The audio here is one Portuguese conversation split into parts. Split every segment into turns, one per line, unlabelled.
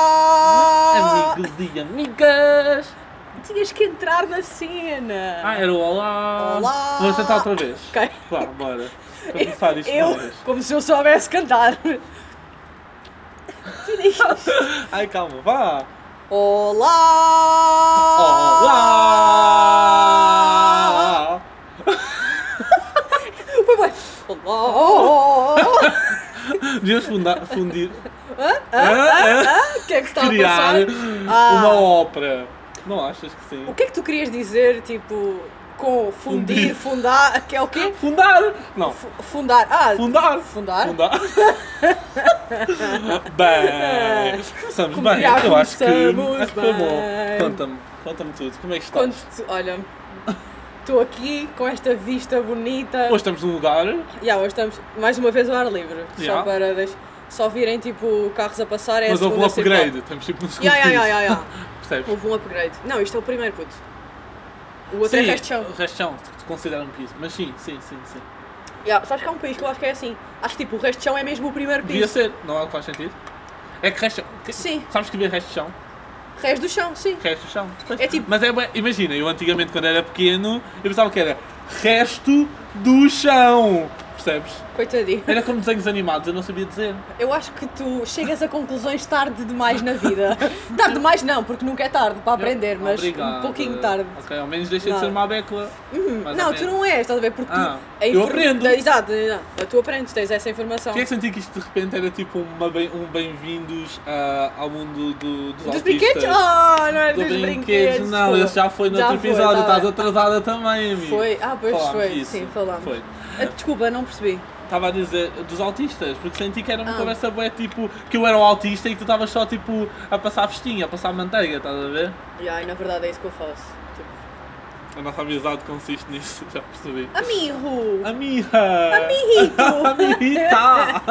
Olá!
Amigos e amigas!
Tinhas que entrar na cena!
Ah, era o olá!
Olá!
Vou tentar outra vez.
Ok.
Vá, bora. Começar isto
eu,
outra vez.
como se eu soubesse cantar. Tira isto.
Ai, calma, vá!
Olá!
Olá!
Foi bem. Olá!
Devias funda- fundir,
Hã? Hã? Hã? Hã? O que é que está
criar
a passar? Ah.
uma ópera. Não achas que sim?
O que é que tu querias dizer, tipo, com fundir,
Fundir.
fundar, que é o quê?
Fundar! Não,
Fu- Fundar. Ah,
fundar!
Fundar?
Fundar! bem! Começamos
Como
bem,
já
eu acho que,
começamos
acho que foi bom.
bem.
Conta-me, conta-me tudo, como é que estás?
quando tu, olha, estou aqui com esta vista bonita.
Hoje estamos num lugar.
Ya, hoje estamos mais uma vez ao ar livre. Só
Ya.
para deix- só virem tipo carros a passar é
Mas
a
houve um
segunda
upgrade, estamos tipo no segundo
Ya, ya,
piso.
ya, ya, ya.
Percebes?
Houve um upgrade. Não, isto é o primeiro puto. O outro é
Sim,
resto de chão.
O resto de chão, que te consideram um piso. Mas sim, sim, sim, sim.
Ya, sabes que há um país que eu acho que é assim. Acho que tipo o resto de chão é mesmo o primeiro
Devia
piso.
ser, não é o que faz sentido? É que resto de chão. que-
Sim.
Sabes que havia resto de chão?
Resto do chão, sim.
Resto de chão. Pois.
É tipo-
Mas é bué- imagina, eu antigamente quando era pequeno, eu pensava que era resto do chão. Percebes?
Coitadinho.
Era como desenhos animados, eu não sabia dizer.
Eu acho que tu chegas a conclusões tarde demais na vida. tarde demais não, porque nunca é tarde para aprender, mas um
Obrigado.
pouquinho tarde.
Ok, ao menos deixei de
Nada. Uhum.
ser uma abécula. Mais ou
Não, tu
menos.
não és, estás a ver? Porque
Ah,
tu. a
eu aprendo.
Exato, exato. tu aprendes, tens essa informação.
Tinha que sentir que isto de repente era tipo uma bem- um bem-vindos ah, ao mundo do, dos,
Dos
autistas.
brinquedos? Oh, não é
Do
dos
brinquedos,
brinquedos.
não,
desculpa.
esse já foi no outro
foi,
episódio,
tá
estás
bem.
atrasada também, amigo.
Foi, ah, pois
Falámos
foi,
disso.
sim, falámos.
Foi.
Ah, Desculpa, não percebi.
Estava a dizer dos autistas, porque senti que era uma
Ah.
conversa boa, tipo, que eu era um autista e que tu estavas só tipo a passar festinha, a passar manteiga, estás a ver?
E ai, na verdade é isso que eu faço. Tipo,
A nossa amizade consiste nisso, já percebi.
Amigo!
Amiga!
Amigo!
Amita!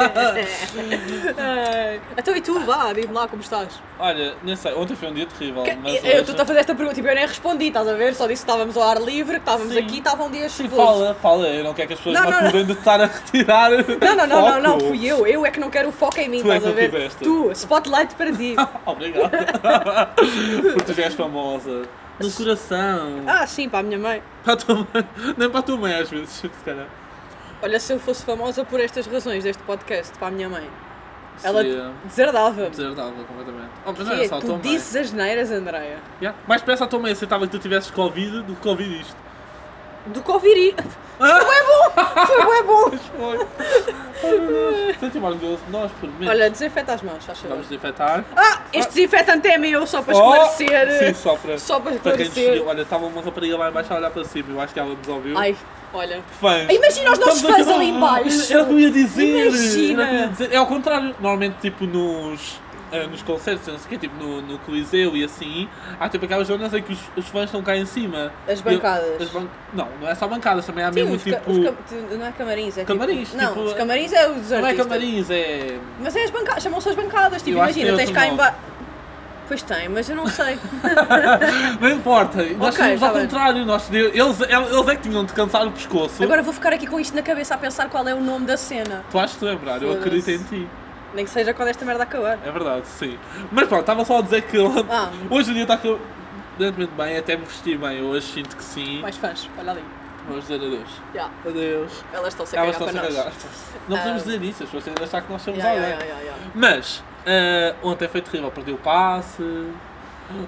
Ai, então e tu, vá, diz-me lá como estás.
Olha, nem sei, ontem foi um dia terrível,
Que-
mas
eu
hoje-
estou a fazer esta pergunta, tipo, eu nem respondi, estás a ver? Só disse que estávamos ao ar livre, que estávamos
Sim.
aqui, um estavam dias
Sim,
chuvosos.
fala, fala, eu não quero que as pessoas
Não,
me
não, não.
acusem de estar a retirar.
Não, não, não, não, não,
foco.
fui eu. Eu é que não quero o foco em mim,
Tu é
estás
que
a
não
ver?
tiveste.
Tu, spotlight para ti.
Ah, Obrigado. Porque tu já és famosa. No coração.
Ah, sim, para a minha mãe.
Para a tua mãe. Nem para a tua mãe às vezes, se calhar.
Olha, se eu fosse famosa por estas razões deste podcast, para a minha mãe, ela
Seria
deserdava-me.
desagradável completamente. Oh, mas
Que é,
era só a tua
tu
mãe.
dizes as neiras, Andréia.
Yeah. Mais peça à tua mãe aceitava que tu tivesses Covid do que Covid isto.
Do que ouviri.
Ah,
Foi bué bom!
foi. Ai, meu Deus. Senti mais orgulhoso de nós, por mim.
Olha, desinfeta as mãos, faz favor.
Vamos desinfetar.
Ah, este desinfetante é meu, só para
Oh!
esclarecer.
Sim, só para.
Só para
Para quem
esclarecer.
descobriu, olha, estava uma rapariga lá embaixo a olhar para cima, eu acho que ela nos ouviu.
Ai, olha.
Fãs.
Imagina os nossos
Estamos
fãs ali embaixo.
Era o que eu ia dizer.
Imagina.
era o que eu ia dizer. É ao contrário. Normalmente, tipo, nos, eh, nos concertos, não sei o quê, tipo, no, no Coliseu e assim, há tipo aquelas zonas em que os, os fãs estão cá em cima.
As
E-
bancadas.
as ban- Não, não é só bancadas, também há
Sim,
mesmo
os ca-
tipo.
os cam- tu- não é camarins, é
Camarins,
tipo... Não,
tipo-
os camarins é os
Não é
artistas.
camarins, é.
Mas é as bancadas, chamam-se as bancadas, tipo,
Eu acho que
imagina,
tem
tens
outro
cá
nome.
embaixo... Pois tem, mas eu não sei.
Não importa. Nós
Ok,
tínhamos
tá
ao
bem.
contrário. Nós, eles, eles é que tinham de cansar o pescoço.
Agora vou ficar aqui com isto na cabeça a pensar qual é o nome da cena.
Tu has de te lembrar, eu
Foda-se.
acredito em ti.
Nem que seja quando esta merda acabar.
É verdade, sim. Mas pronto, estava só a dizer que eu-
Ah.
hoje o dia está completamente bem, até me vesti bem hoje, sinto que sim.
Mais fãs, olha ali.
Vamos dizer adeus.
Já,
Adeus.
elas estão-se a
Elas
cagar
estão
para
a
nós.
cagar. né?
Ah.
Não podemos dizer isso, as pessoas ainda acham que nós somos
Já,
alguém.
já, já, já, já.
Mas, ah, ontem foi terrível, perdi o passe,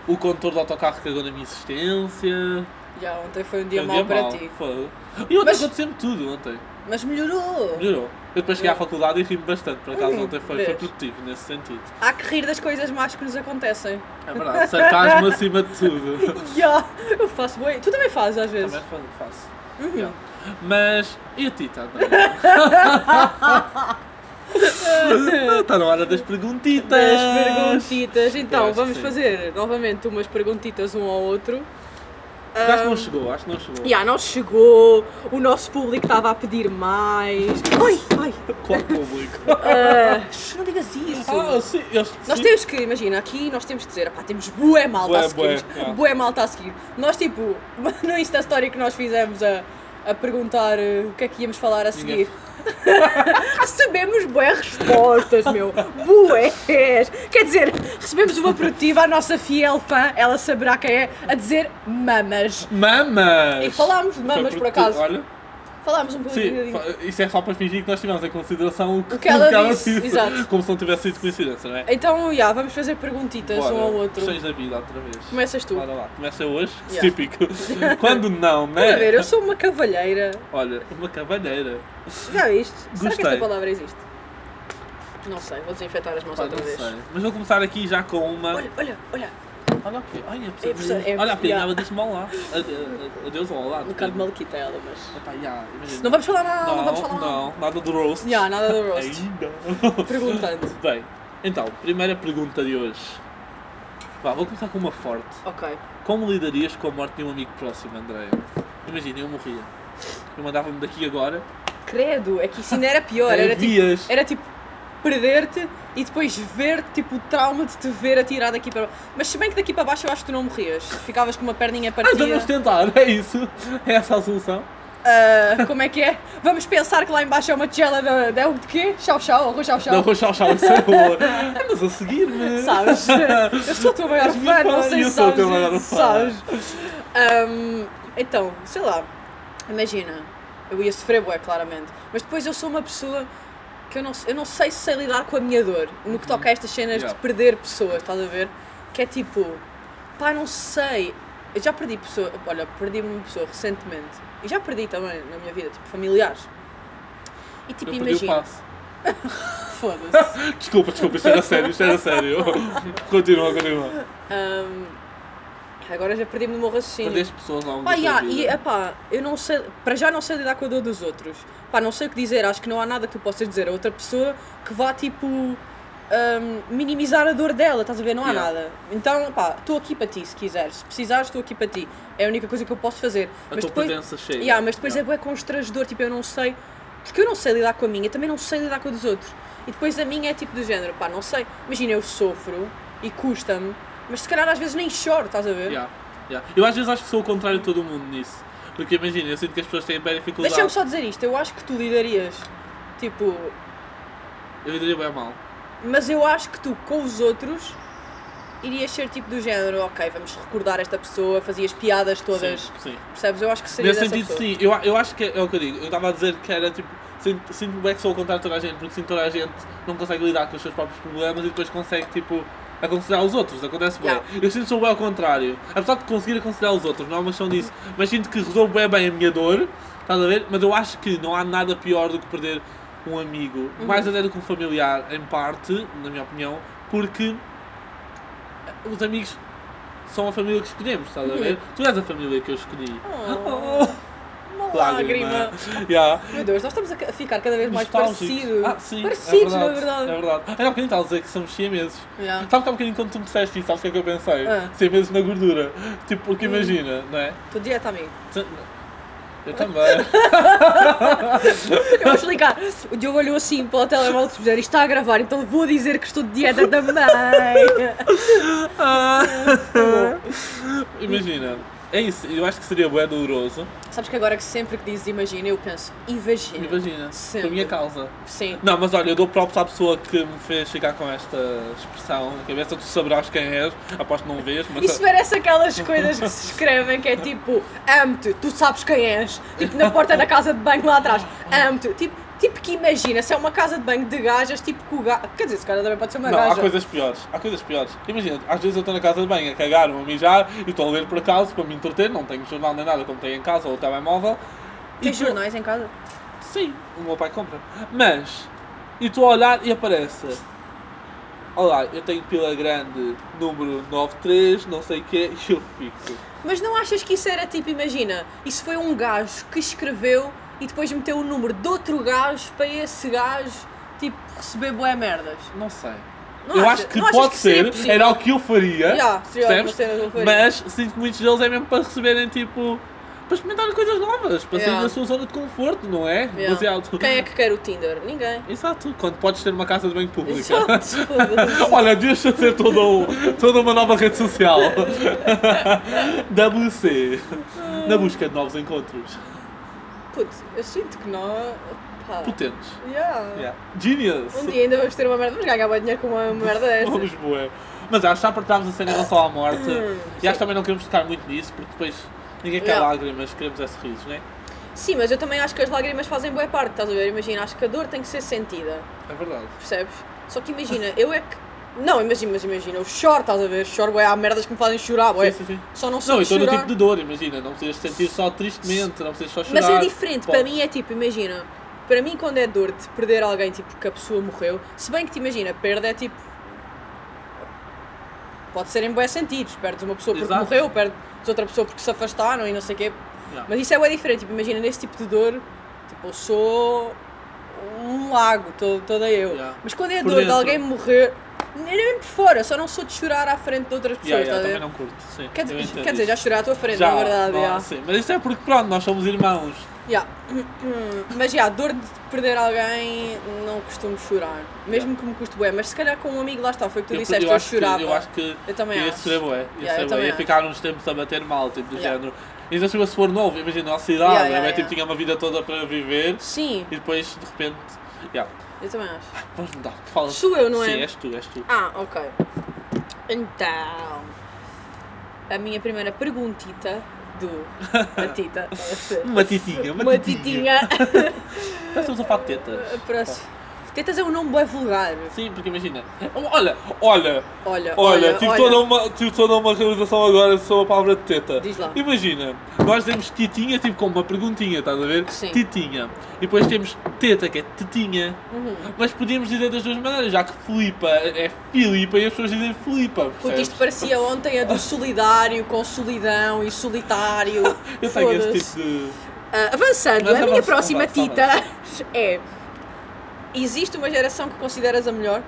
o condutor do autocarro cagou na minha existência.
Já, ontem foi um
Foi
dia
um
mau para ti.
Foi. E ontem
Mas-
aconteceu-me tudo, ontem.
Mas melhorou.
Melhorou. Eu depois cheguei à faculdade e ri-me bastante, por acaso
Hum,
ontem foi, foi
vês.
produtivo nesse sentido.
Há que rir das coisas más que nos acontecem.
É verdade, sarcasmo acima de tudo.
Já, eu faço bem. Tu também fazes às vezes. Uhum.
Também fa- faço. Yeah. Mas e a ti, tá Tata? Está na hora das perguntitas.
Das perguntitas.
Eu
Então,
acho
vamos
que sim.
fazer novamente umas perguntitas um ao outro.
Acho que não chegou, acho que não chegou.
E yeah, não chegou, o nosso público estava a pedir mais. Ai, ai!
Qual público?
ah, shh, não digas isso!
ah, sim, eles-
Nós
sim.
temos que, imagina, aqui nós temos de dizer, pá, temos bué malta a
Bué, bué,
seguir.
yeah.
Bué malta a seguir. Nós, tipo, no Insta Story que nós fizemos a, a perguntar eh, o que é que íamos falar a
Ninguém-
seguir, Recebemos boas respostas, meu. Boés. Quer dizer, recebemos uma produtiva, a nossa fiel fã, ela saberá quem é, a dizer mamas.
Mamas!
E falámos de mamas,
Foi
por acaso.
Olha,
Falámos um pouquinho.
sim, fa- isso é só para fingir que nós tivemos em consideração o que,
ela disse, exato.
Como se não tivesse sido coincidência, não é?
Então, já, vamos fazer perguntitas um ao outro.
Seis da vida, outra vez.
Começas tu.
Bora lá, começa hoje,
Yeah.
típico. Quando não,
Estás a ver,
né?
eu sou uma cavalheira.
Olha, uma cavalheira.
Já viste? Será que
Gostei.
esta palavra existe? Não sei, vou desinfetar as mãos
Pá,
outra
não
vez.
sei. Tá Mas vou começar aqui já com uma.
Olha, olha, olha. Um
Olha o quê? Olha a
É
pessoa.
pessoa- é-
Olha a pena,
yeah.
ela disse-me olá. Ade- ade- Adeus ou olá.
Um bocado
depende.
maluquita ela, mas.
Epá, yeah, imagina.
Não vamos falar nada, não,
Não,
vamos falar nada.
não, nada de roast.
Já, nada do roast.
Ainda.
Perguntando.
Bem, então, primeira pergunta de hoje. Vá, vou começar com uma forte.
Ok.
Como lidarias com a morte de um amigo próximo, Andréia? Imagina, eu morria. Eu mandava-me daqui agora.
Credo, é que isso ainda era pior. Era tipo,
dias.
era tipo perder-te e depois ver tipo o trauma de te ver atirado aqui para baixo. Mas se bem que daqui para baixo eu acho que tu não morrias. Ficavas com uma perninha
Ah, então vamos
partida.
tentar, é isso. É essa a solução.
Ah, como é que é? Vamos pensar que lá em baixo é uma tigela de, de, de quê? Chau chau, arroz chau
Não,
chau.
vou chau, chau, isso é boa. Andas a seguir-me.
Sabes? Eu sou a tua maior
És minha
fã, não
fã,
sei
eu
se
sou a tua
sabes.
maior
isso,
fã.
sabes? Tipo, Ahm, então, sei lá, imagina, eu ia sofrer bué, claramente, mas depois eu sou uma pessoa que eu não, eu não sei se sei lidar com a minha dor, no que toca a estas cenas
Yeah.
de perder pessoas, estás a ver? Que é tipo, pá, não sei, eu já perdi pessoa, olha, perdi uma pessoa recentemente, e já perdi também na minha vida, tipo, familiares. E tipo,
Eu perdi o
imagina,
passo.
foda-se.
Desculpa, desculpa, isto era sério, isto era sério. Continua, continua.
Ahm, agora já perdi-me no meu raciocínio.
Perdeste pessoas ao longo
Pá,
da tua
Ah, yeah,
vida.
e epá, eu não sei, para já não sei lidar com a dor dos outros. Pá, não sei o que dizer, acho que não há nada que tu possas dizer a outra pessoa que vá tipo hum, minimizar a dor dela, estás a ver? Não há
Yeah.
nada. Então, pá, estou aqui para ti se quiseres. Se precisares, estou aqui para ti. É a única coisa que eu posso fazer.
A tua presença chega.
Yeah, mas depois é bué constrangedor, tipo, eu não sei, porque eu não sei lidar com a minha, também não sei lidar com a dos outros. E depois a minha é tipo do género, pá, não sei. Imagina, eu sofro e custa-me, mas se calhar às vezes nem choro, estás a ver?
Yeah, yeah. Eu às vezes acho que sou o contrário de todo mundo nisso. Porque imagina, eu sinto que as pessoas têm bem dificuldade.
Deixa-me só dizer isto, eu acho que tu lidarias, tipo,
Eu diria bem mal.
mas eu acho que tu com os outros irias ser tipo do género, ok, vamos recordar esta pessoa, fazias piadas todas,
Sim, sim.
percebes? Eu acho que seria
Nesse
dessa
sentido,
pessoa.
sim. Eu, eu acho que é, é o que eu digo. Eu estava a dizer que era tipo. Sinto, sinto bem que sou o contrário de toda a gente, porque sinto que toda a gente não consegue lidar com os seus próprios problemas e depois consegue, tipo, aconselhar os outros. Acontece bem.
Yeah.
Eu sinto que sou bem ao contrário. Apesar de conseguir aconselhar os outros, não há uma questão disso. Mas sinto que resolvo bem, bem a minha dor, estás a ver? Mas eu acho que não há nada pior do que perder um amigo,
Uhum.
mais até do que um familiar, em parte, na minha opinião, porque os amigos são a família que escolhemos, estás a ver? Tu és a família que eu escolhi.
Uhum. Oh. Uma
é?
lágrima.
Yeah.
Meu Deus, nós estamos a ca- a ficar cada vez mais
Nostálgicos.
parecidos.
Ah, sim,
parecidos,
é
na
verdade.
verdade.
É verdade. Era um bocadinho estava a dizer que somos siameses.
Yeah.
Sabe que há um bocadinho quando tu me disseste isso, sabes o que é que eu pensei?
Ah. Hum.
Siameses na gordura. Tipo, porque imagina, não é?
Estou direto Então, a mim.
Tu- Eu também.
Eu vou explicar. O Diogo olhou assim para o telemóvel e disse, isto está a gravar, então vou dizer que estou de dieta da mãe. Ah.
imagina. É isso, eu acho que seria bué doloroso.
Sabes que agora que sempre que dizes imagina, eu penso,
Me
imagina.
Imagina,
Sempre.
por minha causa.
Sim.
Não, mas olha, eu dou props à pessoa que me fez chegar com esta expressão na cabeça. Tu saberás quem és, aposto que não vês, mas.
Isso parece aquelas coisas que se escrevem que é tipo, amo-te, tu sabes quem és. Tipo na porta da casa de banho lá atrás, amo-te. Tipo, tipo que imagina, se é uma casa de banho de gajas, tipo que o gajo. Quer dizer, se calhar também pode ser uma
Não, há
gaja.
coisas piores. Há coisas piores. Imagina, às vezes eu estou na casa de banho a cagar, a mijar, e estou a ler por acaso para me entreter, não tenho jornal nem nada, como tenho em casa ou o telemóvel. E
Tem
tu-
jornais em casa?
Sim, o meu pai compra. Mas, e tu a olhar e aparece. Olá, eu tenho pila grande, número 93, não sei o quê, e eu fico.
Mas não achas que isso era tipo, imagina, isso foi um gajo que escreveu e depois meteu o número de outro gajo para esse gajo, tipo, receber boé merdas?
Não sei.
Não
eu
acha-
acho que
não achas
pode
que seria
ser,
possível?
era o que eu faria.
Yeah, seria uma
percebes?
cena que eu faria.
Mas sinto que muitos deles é mesmo para receberem tipo. para experimentarem coisas novas, para
Yeah.
sair da sua zona de conforto, não é?
Yeah.
Baseado.
Quem é que quer o Tinder? Ninguém.
Exato, quando podes ter uma casa de banho
Isso
pública.
é
Olha, devias fazer toda, um- toda uma nova rede social. WC. Na busca de novos encontros.
Putz, eu sinto que não. Pá.
potentes.
Yeah.
Yeah. Genius!
Um dia ainda vamos ter uma merda, vamos ganhar bem dinheiro com uma merda dessa.
Vamos boa. Mas acho que já apertámos a cena em relação à morte.
Hum.
E acho que também não queremos tocar muito nisso, porque depois ninguém quer
Não.
lágrimas, queremos é sorrisos, não é?
Sim, mas eu também acho que as lágrimas fazem boa parte, estás a ver? Imagina, acho que a dor tem que ser sentida,
É verdade.
percebes? Só que imagina, eu é que. Não, imagina, mas imagina, eu choro, estás a ver? Choro, é, há merdas que me fazem chorar, bué.
Sim, sim, sim.
Só não sei
Não, e todo o
chorar.
tipo de dor, imagina. Não precisas sentir só tristemente, não precisas só chorar.
Mas é diferente, para
Pode-
mim é tipo, imagina, para mim quando é dor de perder alguém, tipo, que a pessoa morreu, se bem que te imagina, perda é tipo. Pode ser em bons sentidos, perdes uma pessoa porque
Exato.
morreu, perdes outra pessoa porque se afastaram e não sei o quê.
Yeah.
Mas isso é bem diferente, tipo, imagina, nesse tipo de dor, tipo, eu sou um lago, to- toda eu.
Yeah.
Mas quando é a
Por
dor de
dentro.
alguém morrer, nem nem por fora, eu só não sou de chorar à frente de outras pessoas,
Yeah, yeah,
tá a ver?
também não curto. Sim,
Quer,
eu entendo
dizer, quer dizer, já
isso.
chorar à tua frente,
Já,
na verdade.
não,
yeah.
sim. Mas isso é porque, pronto, nós somos irmãos.
Yeah. Mas já, dor de perder alguém, não costumo chorar. Mesmo que me custe bué, mas se calhar com um amigo, lá está, foi o que tu disseste, eu,
acho que-
chorava.
eu acho que é,
Eu também
ia
acho.
ser bué, ia,
Yeah, eu
ser bué,
também
ia
acho.
ficar uns tempos a bater mal, tipo, do
Yeah.
género. E ainda chegou a se for novo, imagina, nossa idade,
Yeah,
né?
yeah,
Mas, tipo,
yeah.
tinha uma vida toda para viver
Sim,
e depois, de repente, yeah.
eu também acho.
vamos mudar, fala.
Sou eu, não é?
Sim, és tu, és tu.
Ah, ok. Então, a minha primeira perguntita do Matita. é
Uma titinha, uma,
Uma titinha.
Nós estamos a falar de tetas.
Próximo. Tetas é um nome bué vulgar.
Sim, porque imagina, olha, olha,
Olha,
Olha, tipo,
olha,
tive,
olha.
Toda uma, tive toda uma realização agora sobre a palavra de teta.
Diz lá.
Imagina, nós temos titinha, tipo como uma perguntinha, estás a ver?
Sim.
Titinha. E depois temos teta, que é tetinha.
Uhum.
Mas podíamos dizer das duas maneiras, já que Filipa é Filipa e as pessoas dizem Filipa.
Puta, isto
percebes?
parecia ontem a do solidário, com solidão e solitário.
Eu tenho
Foda-se.
esse tipo de.
Ah, avançando,
Mas
a minha
avança,
próxima
avança,
tita é: existe uma geração que consideras a melhor?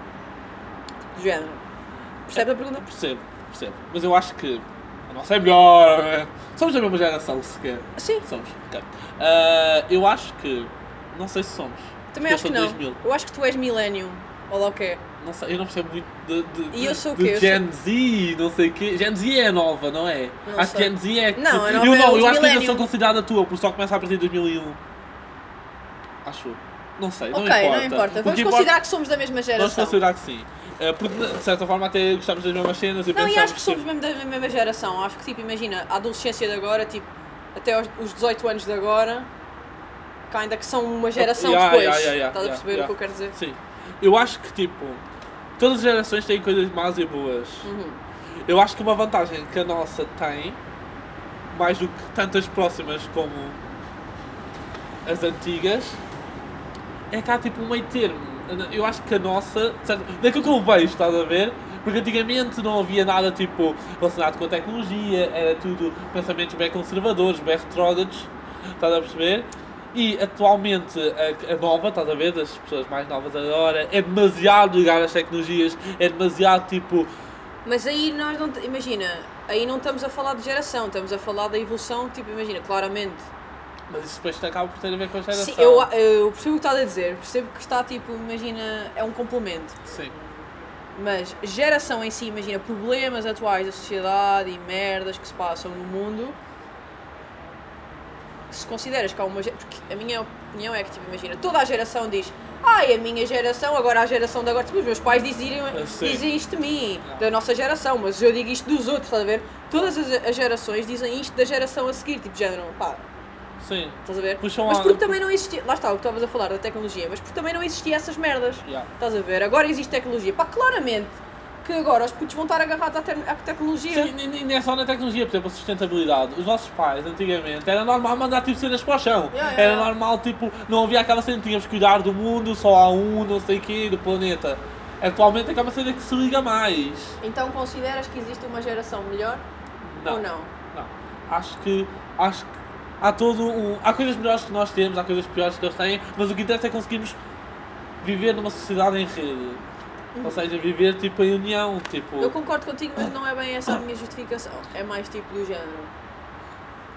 Tipo, Do género. Percebe a pergunta?
Percebo, percebo. Mas eu acho que a nossa é melhor. né? Somos da mesma geração, sequer.
Sim,
Somos. ok. Ah, eu acho que. Não sei se somos.
também acho
Porque eu
que
sou
não.
2000.
Eu acho que tu és millennium. Ou lá o que é.
Não sei, eu não percebo muito de, de,
E eu sou o
de
quê? Eu
Gen Z, não sei o quê. Gen Z é nova, não é?
Não
acho
sei.
que Gen Z é.
Não, a
eu
nova
não,
é os
eu acho que ainda sou
millennium.
considerada tua, porque só começa a partir de 2001. Acho. eu. Não sei, não
ok,
importa.
não importa.
O
Vamos
que
considerar que somos da mesma
Vamos
geração.
considerar que sim. Eh, porque de certa forma até gostamos das mesmas cenas e
Não,
pensamos.
e acho que somos
tipo,
mesmo da mesma geração. Acho que, tipo, imagina, a adolescência de agora, tipo, até aos, os 18 anos de agora, que ainda que são uma geração
Yeah,
depois.
yeah, yeah, yeah,
Estás
yeah,
a perceber
yeah.
o que eu quero dizer?
Sim. Eu acho que tipo. Todas as gerações têm coisas más e boas.
Uhum.
Eu acho que uma vantagem que a nossa tem, mais do que tantas próximas como as antigas, é que há tipo um meio termo. Eu acho que a nossa, de certa- daquilo que eu vejo, estás a ver? Porque antigamente não havia nada tipo relacionado com a tecnologia, era tudo pensamentos bem conservadores, bem retrógrados, estás a perceber? E atualmente a, a nova, estás a ver, das pessoas mais novas agora, é demasiado ligada às tecnologias, é demasiado tipo
Mas aí nós não. te- Imagina, aí não estamos a falar de geração, estamos a falar da evolução, tipo, imagina, claramente.
Mas isso depois acaba por ter a ver com a geração.
Sim, eu, eu percebo o que estás a dizer, percebo que está, tipo, imagina, é um complemento.
Sim.
Mas geração em si, imagina, problemas atuais da sociedade e merdas que se passam no mundo. Se consideras que há uma. ge- Porque a minha opinião é que, tipo, imagina, toda a geração diz. Ai, a minha geração, agora a geração de agora. Tipo, os meus pais diziam,
Ah, sim.
dizem isto de mim,
Não.
da nossa geração, mas eu digo isto dos outros, estás a ver? Todas as, as gerações dizem isto da geração a seguir, tipo, de género, pá,
Sim.
estás a ver?
Puxam
mas
a-
porque também não existia. Lá está, o que estavas a falar da tecnologia, mas porque também não existia essas merdas.
Yeah.
Estás a ver? Agora existe tecnologia. Pá, claramente que agora os putos vão estar agarrados à, ter- à tecnologia.
Sim, nem- nem- nem é só na tecnologia, por exemplo, a sustentabilidade. Os nossos pais, antigamente, era normal mandar tipo cenas para o chão.
Yeah, yeah,
era
yeah.
normal, tipo, não havia aquela cena, tínhamos que cuidar do mundo, só há um, não sei o quê, do planeta. Atualmente acaba sendo a que se liga mais.
Então consideras que existe uma geração melhor ou não?
Não. Acho que. Acho que há todo um. Há coisas melhores que nós temos, há coisas piores que eles têm, mas o que interessa é conseguirmos viver numa sociedade em rede. Ou seja, viver tipo em união, tipo.
Uhum. Eu concordo contigo, mas não é bem essa a minha justificação. É mais tipo do género.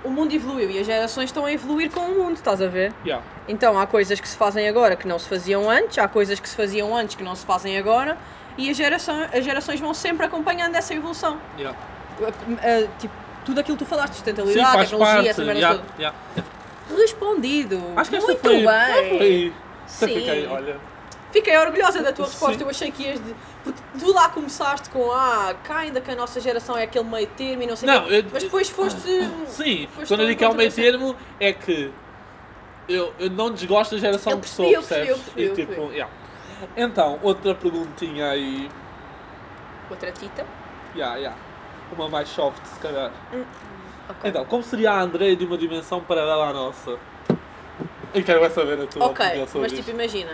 O mundo evoluiu e as gerações estão a evoluir com o mundo, estás a ver?
Yeah.
Então há coisas que se fazem agora que não se faziam antes, há coisas que se faziam antes que não se fazem agora e a geração, as gerações vão sempre acompanhando essa evolução.
Yeah.
Eh, eh, tipo, tudo aquilo que tu falaste,
Sim,
sustentabilidade,
faz
tecnologia,
parte.
essa merda
yeah,
toda.
yeah.
Respondido.
Acho que esta
Muito
foi,
bem.
foi Até
Sim. Hum,
fiquei, olha.
Fiquei orgulhosa da tua
Sim.
resposta, eu achei que ias de. Porque tu lá começaste com ah, cá ainda que a nossa geração é aquele meio termo e não sei
Não,
quê.
eu- Ah,
Mas depois foste. um-
Sim,
Foste
quando eu
ao
digo que é o
encontro
meio
dessa-
termo, é que eu, eu não desgosto da geração
Eu
que
percebi,
sou,
eu percebi,
percebes?
eu percebi, eu
e, tipo,
percebi.
yeah. Então, outra perguntinha aí.
Outra tita.
Yeah, yeah. Uma mais soft, se calhar.
Ok.
Então, como seria a André de uma dimensão paralela à nossa? Eu quero é saber a tua
Ok,
opinião sobre
mas tipo,
isto.
imagina.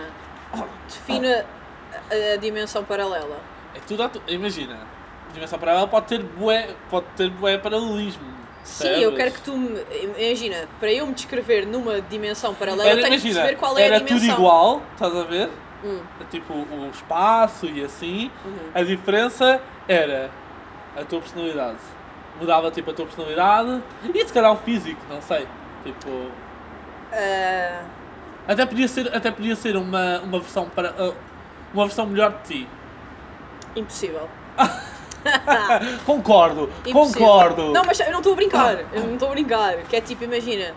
Ah.
Defina a, a dimensão paralela.
É tudo à tu- Imagina, dimensão paralela pode ter bué, pode ter bué paralelismo.
Sim, eu
percebes?
quero que tu me. Imagina, para eu me descrever numa dimensão paralela, eu tenho que perceber qual é
era
a dimensão.
tudo igual, estás a ver?
Hum,
Tipo, o espaço e assim.
uhum.
A diferença era a tua personalidade. Mudava, tipo, a tua personalidade e se calhar o físico, não sei. Tipo,
Ah,
até podia ser, até podia ser uma, uma versão para... ah, uma versão melhor de ti.
impossível.
Concordo,
Impossível.
concordo. Ah.
Não, mas eu não estou a brincar. Eu não estou a brincar. Que é tipo, imagina.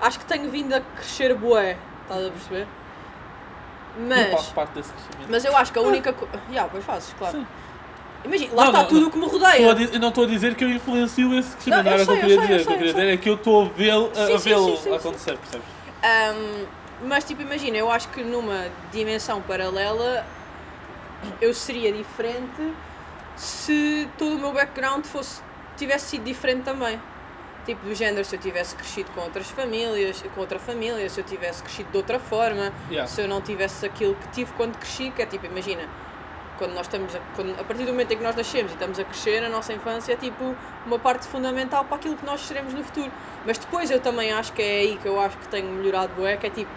Acho que tenho vindo a crescer bué. Estás a perceber?
Eu faço
Mas.
parte desse crescimento.
Mas eu acho que a única coisa. Já, pois fazes, claro.
Ah. Sim.
Imagina, lá
Não,
está
não,
tudo
não.
o que me
Estou a
rodeia.
di- eu não estou a dizer que eu influencio esse
Não,
crescimento, não,
eu
era o que eu
sei, eu
queria
sei, eu
dizer. O que eu queria
sei, eu
dizer é que eu estou a vê-lo
Sim,
a- a
sim,
vê-lo
sim, sim, sim.
acontecer, percebes?
Ahm, mas tipo, imagina, eu acho que numa dimensão paralela eu seria diferente se todo o meu background fosse, tivesse sido diferente também. Tipo, do género, se eu tivesse crescido com outras famílias, com outra família, se eu tivesse crescido de outra forma,
Yeah.
se eu não tivesse aquilo que tive quando cresci, que é tipo, imagina, quando nós estamos a, quando- a partir do momento em que nós nascemos e estamos a crescer, a nossa infância é tipo uma parte fundamental para aquilo que nós seremos no futuro. Mas depois eu também acho que é aí que eu acho que tenho melhorado bué, que é tipo,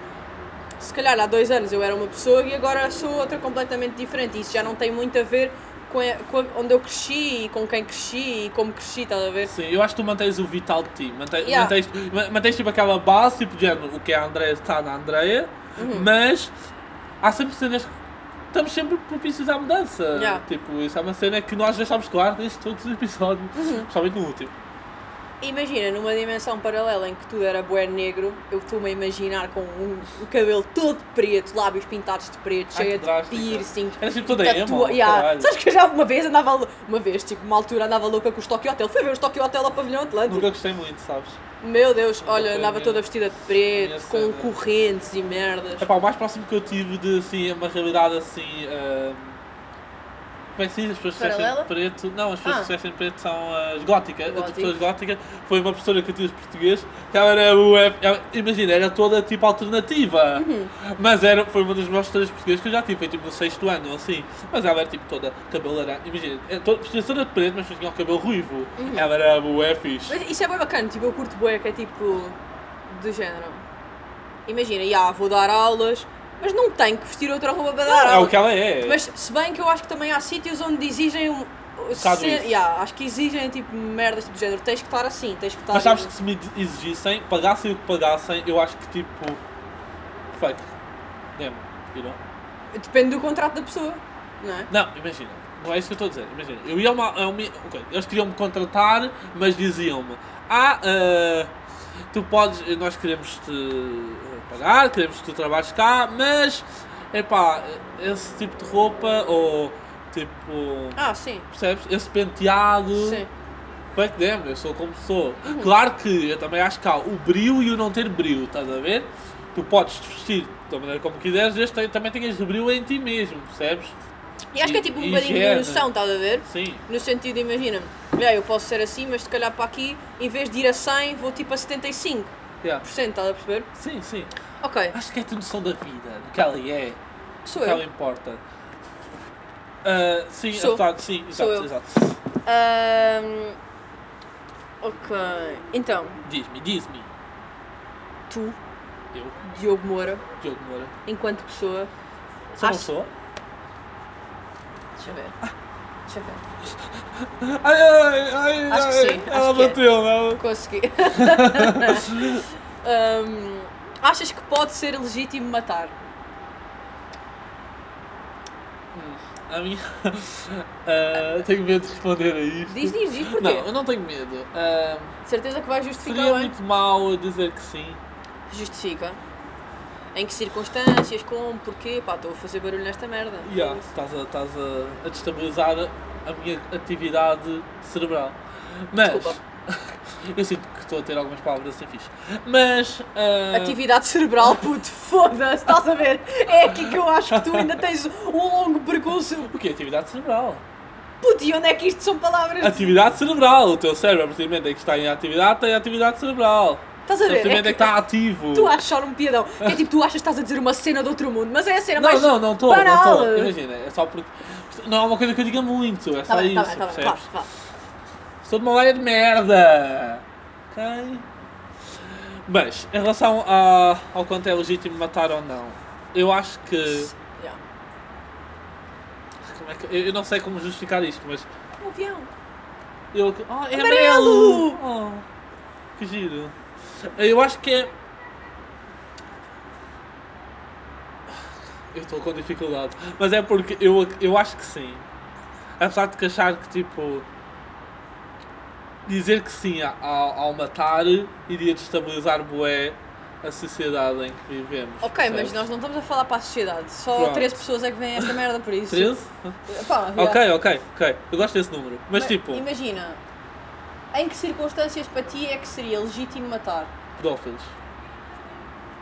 se calhar há dois anos eu era uma pessoa e agora sou outra completamente diferente. E isso já não tem muito a ver com, a- com a- onde eu cresci e com quem cresci e como cresci, estás a ver?
Sim, eu acho que tu mantens o vital de ti. Mantém,
Yeah.
mantens, ma- mantens tipo aquela base, tipo de género, o que é a Andrea está na Andrea,
Uhum.
mas há sempre cenas que estamos sempre propícios à mudança.
Yeah.
Tipo, isso é uma cena que nós deixámos claro desde todos os episódios,
Uhum.
principalmente no último.
Imagina, numa dimensão paralela em que tudo era bué negro, eu estou-me a imaginar com um- o cabelo todo preto, lábios pintados de preto,
Ai,
cheia
que
de
drástica.
piercing.
Era tipo toda emo,
tatua-
yeah.
yeah. Sabes que eu já uma vez andava, lou- uma vez, tipo, uma altura andava louca com os Tokyo Hotel, fui ver os Tokyo Hotel ao pavilhão Atlântico.
Nunca gostei muito, sabes?
Meu Deus,
Nunca
olha,
foi
andava
a minha-
toda vestida de
minha
preto, com
cena.
correntes e merdas.
Epá, o mais próximo que eu tive de assim, uma realidade assim. ahm, como é que se diz? As pessoas que se vestem
Paralela?
de preto. Não, as pessoas
Ah.
que se vestem de preto são as góticas. As
Góticos.
pessoas góticas. Foi uma professora que eu tive de português. Que ela era. o- ela- Imagina, era toda tipo alternativa.
Uhum.
Mas era, foi uma das melhores professoras portuguesas que eu já tive. Foi tipo no sexto ano ou assim. Mas ela era tipo toda cabelo laranja. Imagina, era toda, vestia toda de preto, mas tinha o cabelo ruivo. Ela era bué fixe.
Uhum. Mas isso é bem bacana, tipo, eu curto bué, que é tipo, do género. Imagina, já, vou dar aulas, mas não tenho que vestir outra roupa para dar
É o
aulas.
que ela é.
Mas se bem que eu acho que também há sítios onde exigem um.
bocado
se-
isso.
yeah, acho que exigem tipo merdas tipo, do género, tens que estar assim, tens que estar.
Mas sabes que se me exigissem, pagassem o que pagassem, eu acho que tipo. Fuck. Damn, you know?
Depende do contrato da pessoa, não é?
Não, imagina. Não é isso que eu estou a dizer. Imagina. Eu ia a uma. a uma- ok, Eles queriam me contratar, mas diziam-me: Ah, ah, tu podes. Nós queremos te eh, pagar, queremos que tu trabalhes cá, mas. Epá, esse tipo de roupa ou. Tipo.
Ah, sim.
Percebes? Esse penteado.
Sim.
Fuck them, eu sou como sou. Claro que eu também acho que há o brilho e o não ter brilho, estás a ver? Tu podes te vestir da maneira como quiseres, desde que também tenhas brilho em ti mesmo, percebes?
E acho que é tipo um
E-
bocadinho de
higiene.
noção, estás a ver?
Sim.
No sentido, imagina-me, yeah, eu posso ser assim, mas se calhar para aqui, em vez de ir a 100, vou tipo a 75%,
Yeah.
estás a perceber?
Sim, sim.
Ok,
Acho que é a noção da vida, do que ela é, do
sou
que
eu.
ela importa. Ah, sim,
Sou.
exato, sim,
Sou
exato,
eu.
exato.
Ahm, ok, então,
Diz-me, diz-me.
tu,
Eu,
Diogo Moura,
Diogo Moura,
enquanto pessoa, Acho-
sou uma pessoa?
Deixa eu ver. Deixa eu ver.
Ai, ai, ai,
Acho que
ai,
sim,
ela
acho que é.
bateu, ela...
Consegui. Hum, achas que pode ser legítimo matar?
A minha... Ah, tenho medo de responder a isto.
Diz, diz, diz porquê.
Não, eu não tenho medo. Ah,
Certeza que vai justificar
seria
bem.
muito mau eu dizer que sim.
Justifica. em que circunstâncias, como, porquê, pá, estou a fazer barulho nesta merda.
Yeah, estás a, estás a, a destabilizar a minha atividade cerebral. Mas.
Desculpa.
eu sinto que estou a ter algumas palavras assim fixe. Mas. ah,
Atividade cerebral, puto, foda-se, estás a ver? É aqui que eu acho que tu ainda tens um longo percurso.
O que é atividade cerebral?
Puto, e onde é que isto são
Ah,
palavras?
Atividade cerebral! O teu cérebro, a partir do momento em que está em atividade, tem atividade cerebral.
Estás
A
a
partir
ver?
do
É
momento em que tá
que
está ativo.
tu achas só um piadão. É tipo, tu achas que estás a dizer uma cena do outro mundo, mas é a cena
Não,
mais.
não, não estou, não
banal.
estou. Imagina, é só porque. Não é uma coisa que eu diga muito, é só
Tá bem,
isso,
tá bem, tá bem,
percebes?
claro, claro.
Sou de uma área de merda! Ok? Mas, em relação a, ao quanto é legítimo matar ou não, eu acho que.
Yeah.
como é que- eu, eu não sei como justificar isto, mas.
Um avião.
Eu, oh, é
Amarelo!
amarelo! Oh, que giro! Eu acho que é. Eu estou com dificuldade. Mas é porque eu, eu acho que sim. Apesar de que achar que tipo. Dizer que sim a- ao, ao matar iria destabilizar bué a sociedade em que vivemos.
Ok, mas
percebes?
nós não estamos a falar para a sociedade. Só
Pronto.
três pessoas é que vêm a esta merda por isso.
13?
Pá, yeah.
Ok, ok, ok. Eu gosto desse número. Mas, tipo,
Imagina, em que circunstâncias para ti é que seria legítimo matar?
pedófilos.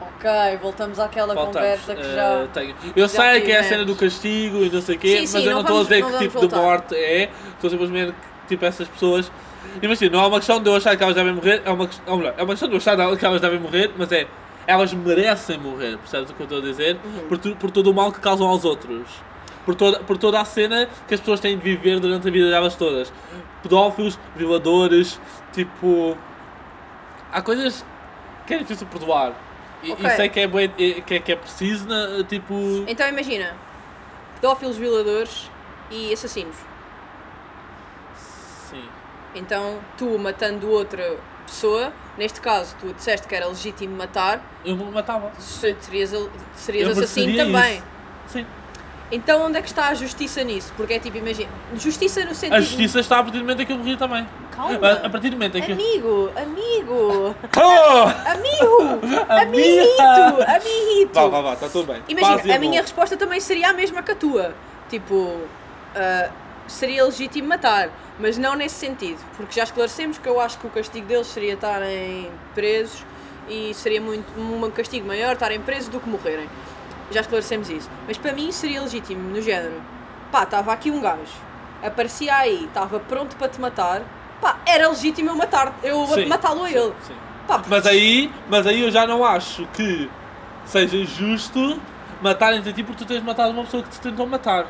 Ok, voltamos àquela
Faltamos,
conversa que
eh,
já.
tenho.
já
Eu sei que é a
tivemos.
cena do castigo e não sei o quê,
Sim, sim,
mas eu não
não
estou a
vamos-
dizer
não
que
vamos
tipo de
voltar.
morte é. Estou simplesmente que tipo essas pessoas. Imagina, não é uma questão de eu achar que elas devem morrer, é uma, quest- ou melhor, é uma questão de eu achar que elas devem morrer, mas é. Elas merecem morrer, percebes o que eu estou a dizer?
Uhum.
Por, tu- por todo o mal que causam aos outros. Por toda, por toda a cena que as pessoas têm de viver durante a vida delas todas. Pedófilos, violadores, tipo. Há coisas que é difícil perdoar. E,
Ok.
e sei que é, bué- é- que é, que é preciso, na, tipo.
Então imagina, pedófilos, violadores e assassinos.
Sim.
Então tu matando outra pessoa, neste caso tu disseste que era legítimo matar,
Eu me matava.
se- serias, serias
Eu
assassino
mereceria
assim também.
isso. Sim.
Então onde é que está a justiça nisso? Porque é tipo, imagina, justiça no sentido.
A justiça está a partir do momento em que eu morri também.
Calma.
A, a partir do momento em que. eu-
Amigo, amigo,
Oh!
amigo,
Amiga!
amiguito, amiguito.
Vá, vá, vá, está tudo bem. Paz e
Imagina, a
amor.
minha resposta também seria a mesma que a tua. Tipo, ah, seria legítimo matar, mas não nesse sentido, porque já esclarecemos que eu acho que o castigo deles seria estarem presos e seria muito um castigo maior estarem presos do que morrerem. Já esclarecemos isso. Mas para mim seria legítimo, no género. Pá, estava aqui um gajo, aparecia aí, estava pronto para te matar. Pá, era legítimo eu matar, eu
Sim,
matá-lo a
sim,
ele.
sim.
Pá, porque-
Mas aí, mas aí eu já não acho que seja justo matarem-te a ti porque tu tens matado uma pessoa que te tentou matar.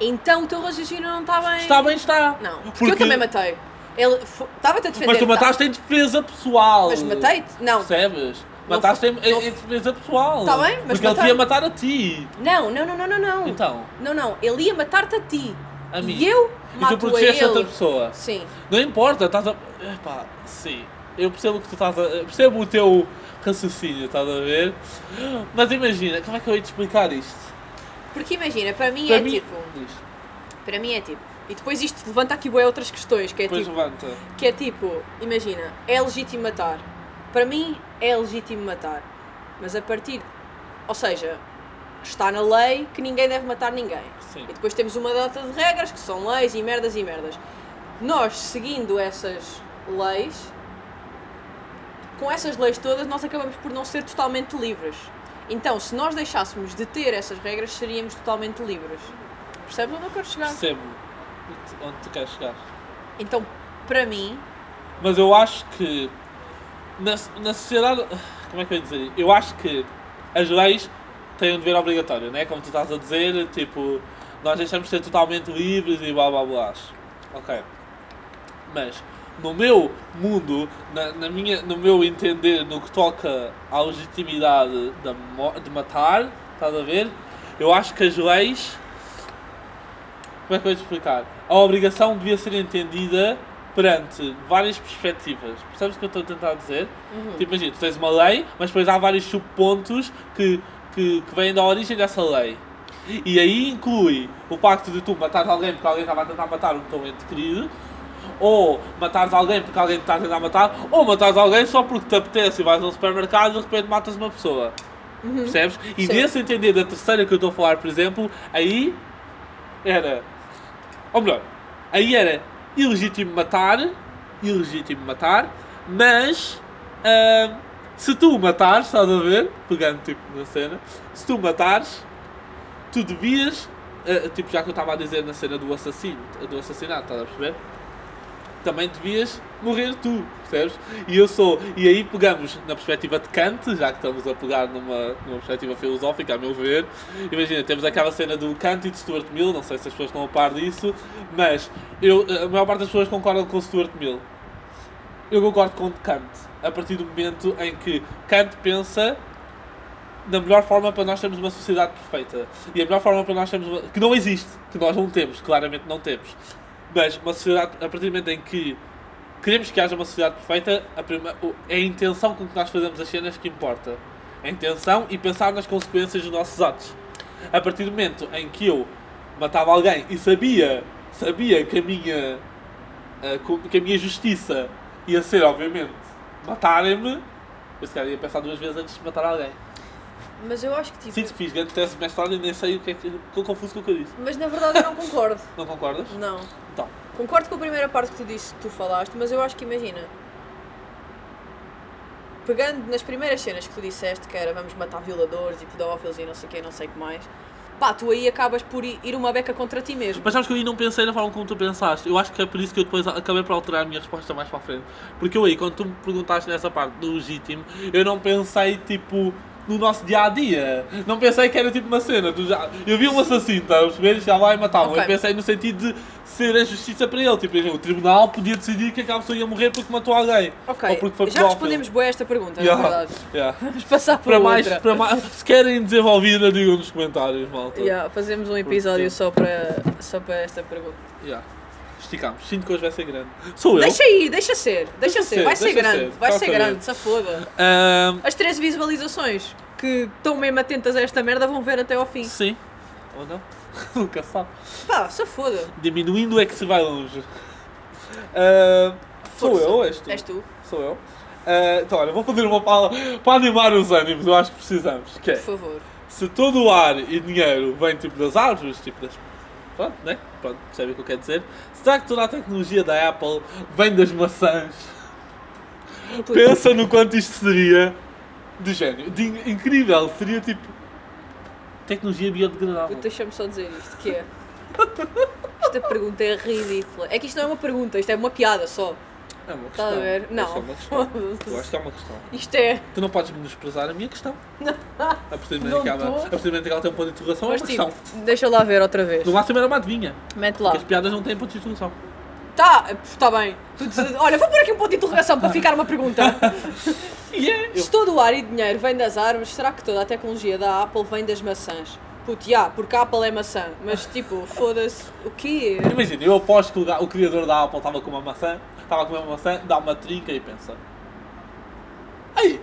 Então o teu raciocínio não está bem.
Está bem, está.
Não, porque, eu também matei. Ele estava-te a defender.
Mas tu
tá?
mataste em defesa pessoal.
Mas matei-te? Não.
Percebes? Mataste em, em-
não-
em é defesa pessoal.
Tá bem, mas Hum.
Porque ele te
matei.
ia matar a ti.
Não, não, não, não, não, não.
Então,
Não, não. Ele ia matar-te a ti.
a mim.
E eu
E tu
mato a
protegeste
ele.
outra pessoa.
Sim.
Não importa, estás a. Epá, sim. Eu percebo que tu estás a. eu Percebo o teu raciocínio, estás a ver? Mas imagina, como é que eu ia te explicar isto?
Porque imagina, para mim é tipo.
Diz.
Para mim é tipo. E depois isto levanta aqui bué outras questões, que é
Depois
tipo.
levanta.
Que é tipo, imagina, é legítimo matar. Para mim é legítimo matar. Mas a partir. Ou seja, está na lei que ninguém deve matar ninguém.
Sim.
E depois temos uma data de regras que são leis e merdas e merdas. Nós, seguindo essas leis, com essas leis todas, nós acabamos por não ser totalmente livres. Então, se nós deixássemos de ter essas regras, seríamos totalmente livres. Percebes onde eu quero chegar?
Percebo o que- onde tu queres chegar.
Então, para mim,
Mas eu acho que na, na sociedade. Como é que eu ia dizer? Eu acho que as leis têm um dever obrigatório, né? Como tu estás a dizer, tipo, nós deixamos de ser totalmente livres e blá blá blá. Ok. Mas no meu mundo, na, na minha, no meu entender, no que toca à legitimidade da mo- de matar, estás a ver? Eu acho que as leis como é que eu ia te explicar? A obrigação devia ser entendida perante várias perspectivas. Percebes o que eu estou a tentar dizer? Tipo, imagina, tu tens uma lei, mas depois há vários subpontos que, que, que vêm da origem dessa lei. E aí inclui o facto de tu matar alguém porque alguém estava a tentar matar um teu ente querido, ou matares alguém porque alguém te está a tentar matar, ou matares alguém só porque te apetece e vais a um supermercado e de repente matas uma pessoa. Percebes? E
Sim.
nesse entender da terceira que eu estou a falar, por exemplo, aí era. Ou melhor, aí era ilegítimo matar, ilegítimo matar, mas ah, se tu o matares, estás a ver? Pegando tipo na cena, se tu o matares, tu devias, ah, tipo já que eu estava a dizer na cena do assassino, do assassinato, estás a perceber? também devias morrer tu, percebes? E eu sou. E aí pegamos na perspectiva de Kant, já que estamos a pegar numa, numa perspectiva filosófica, a meu ver. Imagina, temos aquela cena do Kant e de Stuart Mill, não sei se as pessoas estão a par disso, mas eu, a maior parte das pessoas concordam com Stuart Mill. Eu concordo com Kant, a partir do momento em que Kant pensa na melhor forma para nós termos uma sociedade perfeita. E a melhor forma para nós termos uma... que não existe, que nós não temos, claramente não temos. Mas uma sociedade, a partir do momento em que queremos que haja uma sociedade perfeita, a prima- o- é a intenção com que nós fazemos as cenas que importa. É A intenção e pensar nas consequências dos nossos atos. A partir do momento em que eu matava alguém e sabia, sabia que a minha, ah, co- que a minha justiça ia ser, obviamente, matarem-me, eu se calhar ia pensar duas vezes antes de matar alguém.
Mas eu acho que
Sim, te
tipo.
fiz grande tese de mestrado e nem sei o que é que. Estou confuso com o que eu disse.
Mas na verdade eu não concordo.
Não concordas?
Não.
Então.
Concordo com a primeira parte que tu disse, que tu falaste, mas eu acho que imagina. Pegando nas primeiras cenas que tu disseste, que era vamos matar violadores e pedófilos e não sei o que, não sei o que mais, pá, tu aí acabas por i- ir uma beca contra ti mesmo.
Mas sabes que eu aí não pensei na forma como tu pensaste. Eu acho que é por isso que eu depois acabei por alterar a minha resposta mais para a frente. Porque eu aí, quando tu me perguntaste nessa parte do legítimo, eu não pensei tipo. No nosso dia a dia. Não pensei que era tipo uma cena. Do já... Eu vi um assassino, estás a perceber? Já lá e matavam.
Ok.
Eu pensei no sentido de ser a justiça para ele. Tipo, imagina, o tribunal podia decidir que aquela pessoa ia morrer porque matou alguém.
Ok,
Ou porque foi
já
pedófilo.
respondemos boa esta pergunta,
Yeah,
na verdade.
yeah.
Vamos passar por
Para mais,
outra.
para mais, se querem desenvolvida, digam nos comentários, malta.
Yeah, fazemos um episódio só para, só para esta pergunta.
Yeah. Esticámos. Sinto que hoje vai ser grande. Sou eu.
Deixa aí, deixa ser, deixa,
Deixa
ser,
ser,
vai ser
deixa
grande,
ser,
vai
tá
ser
a saber.
grande, se foda.
Ahm,
As três visualizações que estão mesmo atentas a esta merda vão ver até ao fim.
sim. Ou não? Nunca se sabe.
Pá, se foda.
Diminuindo é que se vai longe. Ahm, sou
Força.
eu, és tu?
És tu.
Sou eu. Ah, então, olha, vou fazer uma fala para animar os ânimos, eu acho que precisamos.
Por
Que é,
favor.
se todo o ar e dinheiro vem tipo das árvores, tipo das. Pronto, né? Pronto, percebem o que eu quero dizer? Será que toda a tecnologia da Apple vem das maçãs? Pensa no quanto isto seria de gênio. De in- incrível, seria tipo. Tecnologia biodegradável.
Eu deixa-me só dizer isto, que é. Esta pergunta é ridícula. É que isto não é uma pergunta, isto é uma piada só.
É uma
Está Tá a ver?
É só
Não.
uma questão. Eu acho que é uma questão.
Isto é.
Tu não podes menosprezar a minha questão. A partir do momento
Não
que ela-
tô.
a partir do momento que ela tem um ponto de interrogação, é
Mas
uma
tipo, tá.
questão.
deixa lá ver outra vez.
No máximo era uma adivinha.
Mete lá.
Porque as piadas não têm ponto de interrogação.
Tá, tá bem. Tu dizes, olha, vou pôr aqui um ponto de interrogação para ficar uma pergunta.
E é. Eu-
Se todo o ar e dinheiro vem das árvores, será que toda a tecnologia da Apple vem das maçãs? Puto, já, porque a Apple é maçã. Mas tipo, foda-se, o quê?
Imagina, eu aposto que o, ga- o criador da Apple estava com uma maçã, estava a comer uma maçã, dá uma trinca e pensa. Aí,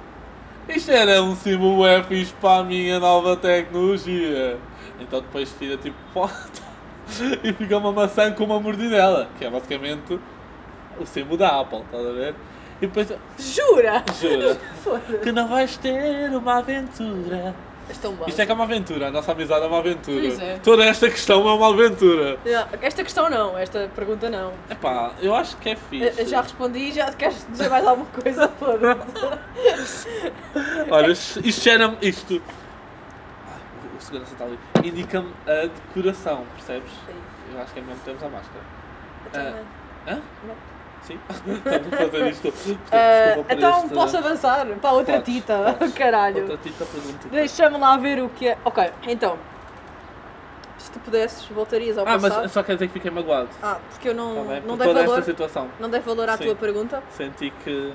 isto era um símbolo é fixe para a minha nova tecnologia. Então depois tira tipo foto e fica uma maçã com uma mordidela, que é basicamente o símbolo da Apple, estás a ver? E depois,
Jura?
jura,
Foda-se.
que não vais ter uma aventura.
Estão bem.
Isto é que é uma aventura, a nossa amizade é uma aventura.
Pois é.
Toda esta questão é uma aventura.
Já, Esta questão não, esta pergunta não.
Epá, eu acho que é fixe.
Eh, Já respondi, já queres dizer mais alguma coisa? Foda-se.
Olha, isto isto cheira-me. Isto. Ai, o segurança está ali. Indica-me a decoração, percebes? Eu acho que é mesmo que temos a máscara.
Também.
Ah, hã?
Não.
Sim? Estamos a fazer isto. Portanto,
Eh,
desculpa por
então
este-
posso avançar para outra
Podes,
tita?
podes.
Caralho.
Outra tita pergunta.
Deixa-me lá ver o que é. Ok, então. Se tu pudesses, voltarias ao
Ah,
passado.
mas só quer dizer que fiquei magoado.
Ah, porque eu não,
Tá bem?
não
Por
dei
toda
valor.
esta situação.
Não dei valor à
Sim.
tua pergunta.
Senti que.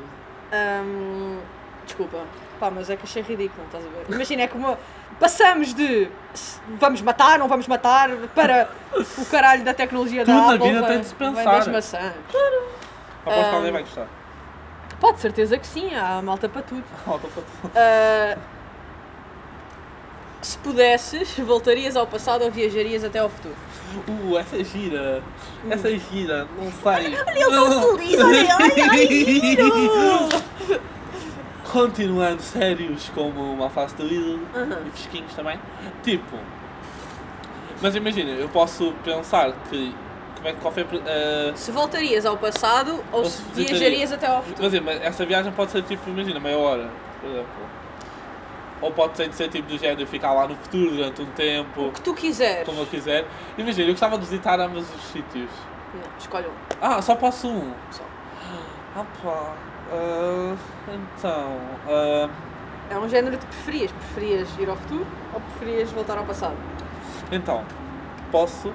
Ahm, desculpa. Pá, mas é que achei ridículo, estás a ver? Imagina, é como. Passamos de se vamos matar, não vamos matar, para o caralho da tecnologia
Tudo
da
na
Apple.
vida
vem-
tem de se
vem
pensar.
das maçãs.
Aposto que alguém vai gostar.
Pode certeza que sim, há malta para tudo.
Oh, tô com-
Ah, se pudesses, voltarias ao passado ou viajarias até ao futuro?
Uh, essa é gira. Essa é gira. Não sei. Oh.
Ele está feliz, olha, olha, ai, giro!
Continuando sérios como uma face do Lidl
Aham.
e fresquinhos também. Tipo. Mas imagina, eu posso pensar que. Como é que qual foi a. pre- a-
Se voltarias ao passado ou
Ou
se
se visitaria.
viajarias até ao
mas, é, mas essa viagem pode ser tipo, imagina, meia hora, por exemplo. Ou pode ser, ser tipo do género ficar lá no futuro durante um tempo,
que tu quiseres.
como eu quiser. Imagina, eu gostava de visitar ambos os sítios.
Não, escolhe um.
Ah, só posso um.
Só.
Ah pá. ah, então. ah,
É um género que preferias. Preferias ir ao futuro ou preferias voltar ao passado?
então. Posso.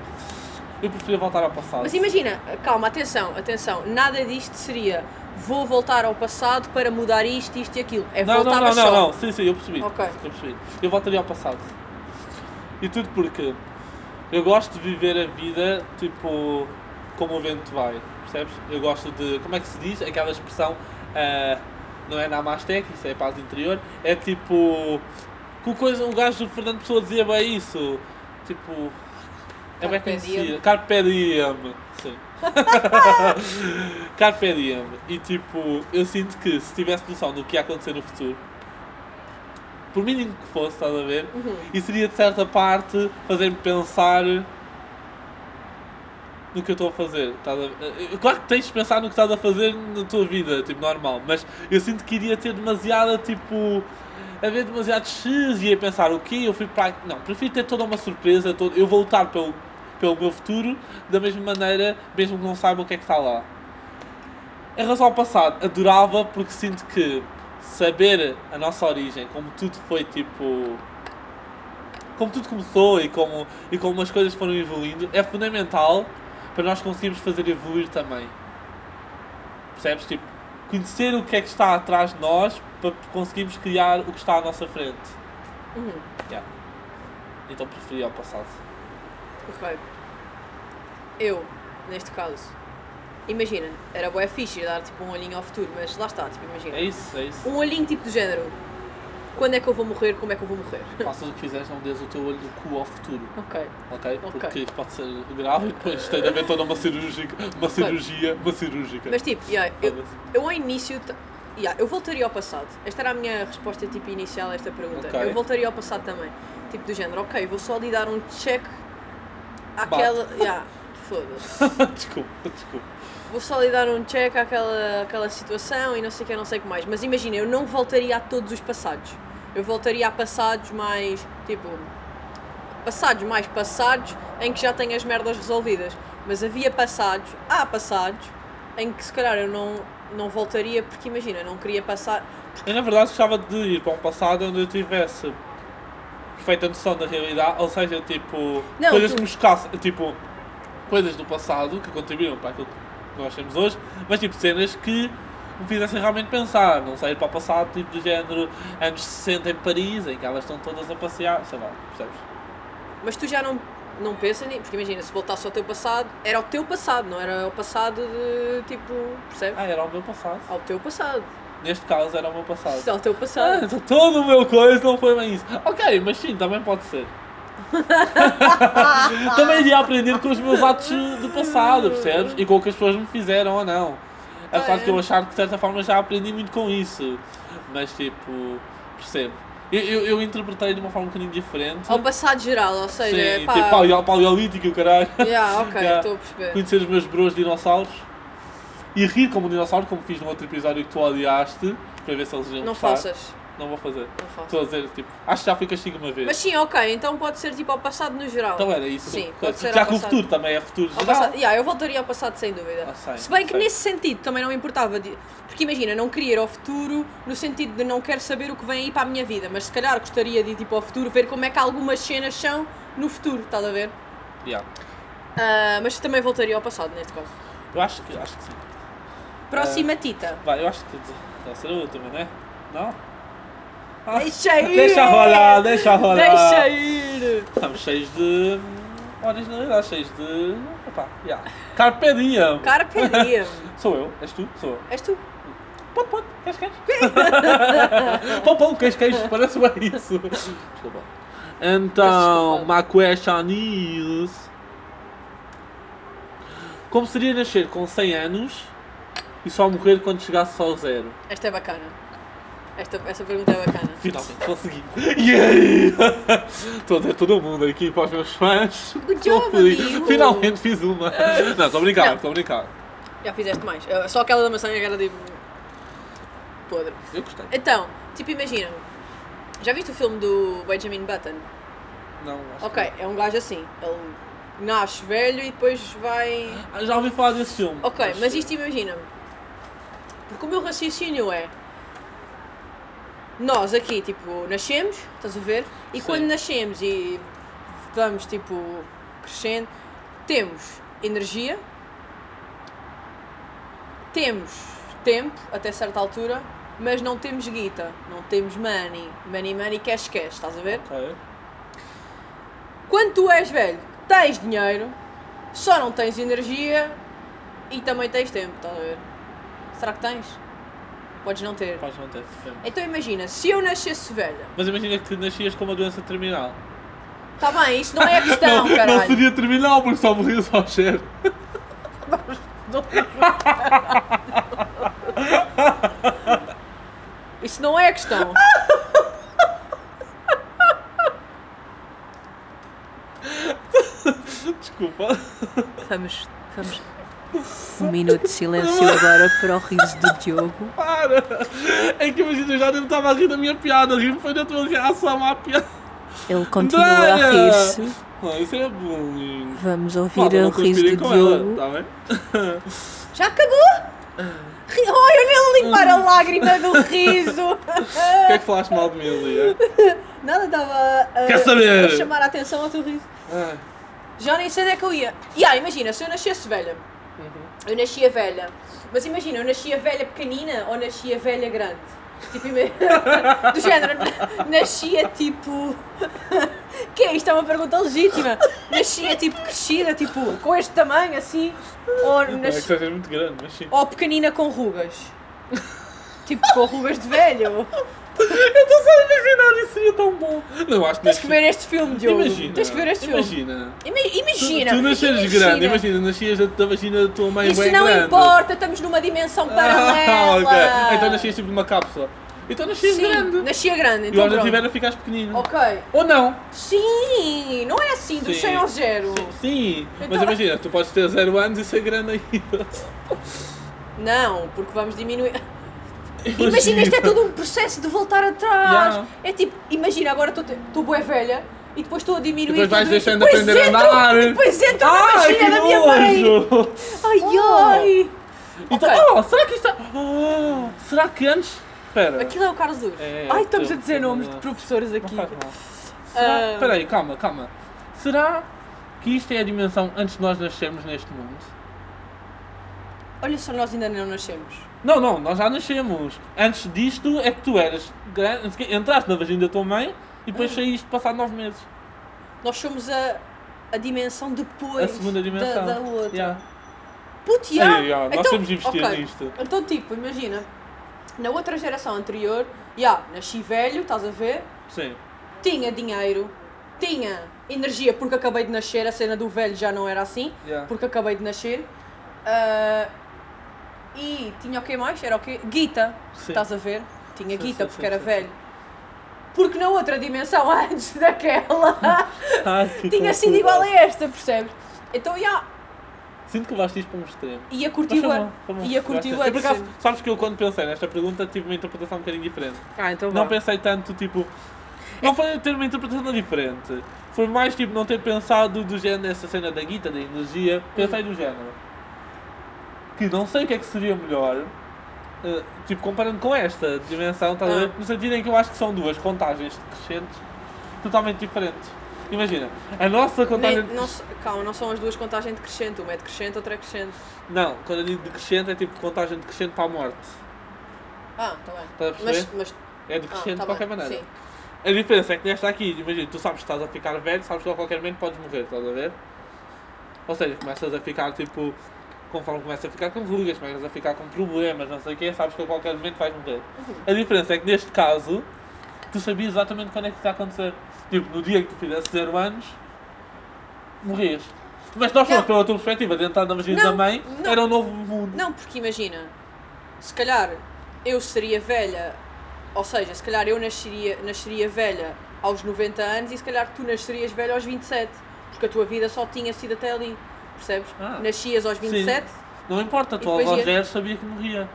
Eu prefiro voltar ao passado.
Mas imagina, calma, atenção, atenção. Nada disto seria vou voltar ao passado para mudar isto, isto e aquilo. É
não, não,
voltava
não,
só.
não, não. Sim, sim, eu percebi.
Ok.
Eu percebi. Eu voltaria ao passado. E tudo porque eu gosto de viver a vida tipo como o vento vai, percebes? Eu gosto de. Como é que se diz? Aquela expressão ah, não é Namastec, isso é paz interior. É tipo. Que o coisa, o gajo do Fernando Pessoa dizia bem isso. Tipo. É bem
Carpe diem.
conhecido. Carpe diem. Sim. Carpe diem. E tipo, eu sinto que se tivesse noção do que ia acontecer no futuro, por mínimo que fosse, estás a ver?
Uhum.
E seria de certa parte fazer-me pensar no que eu estou a fazer. Estás a ver? Eh, Claro que tens de pensar no que estás a fazer na tua vida, tipo, normal. Mas eu sinto que iria ter demasiada, tipo. A ver demasiado X e ia pensar o quê? Eu fui para. aqui." Não, prefiro ter toda uma surpresa. Todo... Eu vou lutar pelo, pelo meu futuro da mesma maneira, mesmo que não saiba o que é que está lá. Em relação ao passado, adorava porque sinto que saber a nossa origem, como tudo foi tipo. Como tudo começou e como, e como as coisas foram evoluindo, é fundamental para nós conseguirmos fazer evoluir também. Percebes? Tipo, conhecer o que é que está atrás de nós para conseguirmos criar o que está à nossa frente.
Uhum.
Yeah. Então preferia ao passado.
Ok.
Eu, neste caso. Imagina, era boa fixe dar tipo um olhinho ao futuro, mas lá está, tipo, imagina.
É isso, é isso.
Um olhinho tipo do género. Quando é que eu vou morrer? Como é que eu vou morrer?
Faças o que fizeres, não dês o teu olho do cu ao futuro.
Ok.
Ok?
Ok.
Porque isso pode ser grave e depois tem de haver toda uma cirúrgica, uma cirurgia, uma cirúrgica.
Mas tipo, yeah, eu,
Foda-se.
eu ao início. ta- yeah, eu voltaria ao passado. Esta era a minha resposta tipo, inicial a esta pergunta.
Ok.
Eu voltaria ao passado também. Tipo do género, ok, vou só lhe dar um check
Bate.
àquela. Yeah, foda-se.
desculpa, desculpa.
Vou só lhe dar um check àquela, àquela situação e não sei o que, não sei o que mais. Mas imagina, eu não voltaria a todos os passados. Eu voltaria a passados mais, tipo, passados mais passados em que já tenho as merdas resolvidas. Mas havia passados, há passados, em que se calhar eu não, não voltaria porque imagina, não queria passar.
Eu na verdade gostava de ir para um passado onde eu tivesse perfeita noção da realidade, ou seja, tipo,
Não,
coisas
tu-
que me chocassem, tipo, coisas do passado que contribuíram para aquilo que nós temos hoje, mas tipo, cenas que me fizessem realmente pensar, não sair para o passado, tipo, do género anos 60 em Paris, em que elas estão todas a passear, sei lá, percebes?
Mas tu já não, não pensas nisso, porque imagina, se voltasse ao teu passado, era o teu passado, não era o passado de tipo, percebes?
Ah, era o meu passado.
Ao teu passado.
Neste caso era o meu passado.
Ao teu
Ah,
passado.
então todo o meu coisa não foi bem isso. Ok, mas sim, também pode ser. também iria aprender com os meus atos do passado, percebes? E com o que as pessoas me fizeram ou não.
Então, é.
Apesar de eu achar que de certa forma já aprendi muito com isso. Mas tipo, percebo. Eu, eu, eu interpretei de uma forma um bocadinho diferente.
Ao passado geral, ou seja, é
sim,
pá,
tipo paleo- paleolítico e o caralho.
Yeah, ok, estou
Yeah.
a perceber.
Conhecer os meus bros dinossauros. E rir como um dinossauro, como fiz no outro episódio que tu odiaste. Para ver se eles iam
Não
gostar.
faças,
Não vou fazer.
não faças.
Estou a dizer, tipo, acho que já fui castigo uma vez.
Mas sim, ok, então pode ser tipo ao passado no geral.
Então era isso.
Sim,
Coisa.
pode ser
já
ao
que o
passado.
futuro também é futuro
Ao
geral.
passado, yeah, eu voltaria ao passado sem dúvida.
Ah, sei,
Se bem que
sei.
nesse sentido também não me importava. de- Porque imagina, não queria ir ao futuro no sentido de não quero saber o que vem aí para a minha vida, mas se calhar gostaria de ir tipo, ao futuro ver como é que algumas cenas são no futuro, estás a ver?
Yeah.
Ah, mas também voltaria ao passado neste caso.
Eu acho que, acho que sim.
Próxima
Ah.
Tita.
Vai, eu acho que está a ser a última, não é? Não? Ah,
Deixa ir!
Deixa rolar, deixa rolar.
Deixa ir!
Estamos cheios de hum, originalidade, cheios de... Epá, yeah. Carpe diem.
Carpe diem.
Sou eu, és tu, sou eu.
És tu?
Pão, pão, queres, queres? pão, pão, queres, queres? Parece bem isso. Desculpa.
Peço
Então,
desculpa.
uma question is... Como seria nascer com 100 anos e só morrer quando chegasse ao zero?
Esta é bacana. Esta, essa pergunta é bacana.
Finalmente consegui. Yeah! Todo, todo mundo aqui para os meus fãs.
Good
Estou
job,
feliz.
amigo.
Finalmente fiz uma. Não, estou a brincar,
Não.
estou a brincar.
Já fizeste mais. Eu- Só aquela da maçã e aquela de. podre.
Eu gostei.
Então, tipo, imagina. Já viste o filme do Benjamin Button?
Não, acho
Ok, é um gajo assim. Ele nasce velho e depois vai.
que- Ah, Já ouvi falar desse filme.
Ok, mas isto imagina. Porque o meu raciocínio é. Nós aqui, tipo, nascemos, estás a ver? E
Sim.
quando nascemos e vamos, tipo, crescendo, temos energia, temos tempo até certa altura, mas não temos guita, não temos money, money, money, cash, cash, estás a ver?
Ok.
Quando tu és velho, tens dinheiro, só não tens energia e também tens tempo, estás a ver? Será que tens? Podes não ter.
Faz não ter esse filme.
Então imagina, se eu nascesse velha,
Mas imagina que nascias com uma doença terminal.
tá bem, isto não é a questão,
não, não
caralho.
seria terminal porque só morria só o cheiro.
Isso não é a questão.
Desculpa.
Vamos, vamos. Um minuto de silêncio agora para o riso do Diogo.
Para! É que imagina, eu já nem estava a rir da minha piada, rir foi da tua reação à piada.
Ele continua a
Andréia!
rir-se.
Ah, isso é bullying.
Vamos ouvir
Malta, não
o riso
conspirem
do
com ela,
Diogo.
tá bem?
Já acabou? Ri- Oh, eu nem limpar a lágrima do riso.
O que é que falaste mal de mim ali?
Nada, estava a-
Quer saber?
a chamar a atenção ao teu riso.
Ah,
Já nem sei onde é que eu ia. E ah, imagina, se eu nascesse velha.
uhum.
Eu nascia velha. Mas imagina, eu nascia velha pequenina ou nascia velha grande? Tipo, ima- do género, nascia tipo. que é isto? É uma pergunta legítima. Nascia tipo crescida, tipo, com este tamanho assim? Ou,
não é que
nasci...
sejas muito grande, mas sim.
ou pequenina com rugas? Tipo, com rugas de velho.
Eu estou só a imaginar, isso seria tão bom. Não, acho
Tens
que neste-
que ver este filme, Diogo.
Imagina.
Tens que ver este filme.
Imagina.
Ima-
Tu,
Imagina.
tu nasceres
imagina.
grande, imagina, nascias da, da vagina da tua mãe
Isso
bem
não
grande.
importa, estamos numa dimensão
Ah,
paralela.
ok. Então nascias tipo de uma cápsula. Então nascias
Sim,
grande.
nascia grande,
E o
então
objetivo
pronto.
era ficares pequenino.
Ok.
Ou não.
Sim, não é assim, do
Sim.
100 ao 0.
Sim. Mas
Então-
imagina, tu podes ter 0 anos e ser grande ainda.
Não, porque vamos diminuir. Imagina, isto é todo um processo de voltar atrás.
Yeah.
É tipo, imagina, agora estou boa velha e depois estou a diminuir.
Depois vais
tudo isso,
deixando
depois
aprender a
entro-
andar.
e Depois entro na
Ai, que
vagina da minha mãe.
nojo!
Ai, ai.
Então,
Ok.
oh, será que isto está. Oh, será que antes. Espera.
Aquilo é o Carlos Luz.
É,
Ai, estamos
então,
a dizer nomes de
não.
professores
Não
aqui. Ah.
faz mal. Será... Espera aí, calma, calma. Será que isto é a dimensão antes de nós nascermos neste mundo?
Olha só, nós ainda não nascemos.
Não, não, nós já nascemos. Antes disto é que tu eras grande, entraste na vagina da tua mãe e depois
Ah.
saíste passado nove meses.
Nós somos a, a dimensão depois
a segunda dimensão.
Da, da outra.
Yeah.
Puto,
Ei,
yeah.
yeah, nós
Então,
temos de investir
ok.
nisto.
Então, tipo, imagina, na outra geração anterior, já, nasci velho, estás a ver?
Sim.
Tinha dinheiro, tinha energia porque acabei de nascer, a cena do velho já não era assim,
Yeah.
porque acabei de nascer. Ah, e tinha o que mais? Era o quê? Guita,
Sim.
estás a ver? Tinha
Sim,
guita
sim,
porque
sim,
era
sim,
velho. Porque na outra dimensão, antes daquela,
Ai, que
tinha sido
confusão.
igual a esta, percebes? Então, já,
Sinto que levaste isto para um extremo.
ia
Mas
curtir
foi bom,
o
foi bom.
ia curtir
Eu,
o
por acaso, sabes que eu quando pensei nesta pergunta tive uma interpretação um bocadinho diferente.
Ah, então
Não pensei tanto, tipo. Não
É-
foi ter uma interpretação diferente. Foi mais tipo não ter pensado do género nessa cena da guita, da energia. Pensei do género. Que não sei o que é que seria melhor. eh, tipo, comparando com esta dimensão, estás a ver?
Ah.
No sentido em que eu acho que são duas contagens crescentes totalmente diferentes. Imagina, a nossa contagem.
Nem- não se- calma, não são as duas contagens decrescente, uma é decrescente, outra é crescente.
Não, quando eu digo decrescente é tipo de contagem decrescente para a morte.
Ah, está bem.
Estás Tá a
mas,
perceber?
mas
É
ah,
decrescente
tá
de qualquer
bem,
maneira.
Sim.
A diferença é que nesta aqui, imagina, tu sabes que estás a ficar velho, sabes que a qualquer momento podes morrer, estás a ver? Ou seja, começas a ficar tipo. Conforme começas a ficar com rugas, começas a ficar com problemas, não sei o quê, sabes que a qualquer momento vais morrer.
Uhum.
A diferença é que neste caso, tu sabias exatamente quando é que isso ia acontecer. Tipo, no dia que tu fizesse 0 anos, morrias. Mas nós
Não.
fomos pela tua perspectiva, de entrar na vagina
Não,
da mãe,
não.
era um novo mundo.
Não, porque imagina, se calhar eu seria velha Ou seja, se calhar eu nasceria, nasceria velha aos 90 anos e se calhar tu nascerias velha aos 27. Porque a tua vida só tinha sido até ali. Percebes?
Ah.
Nascias aos 27.
Não importa, tu
E depois
aos
ia-
10 sabia que morria.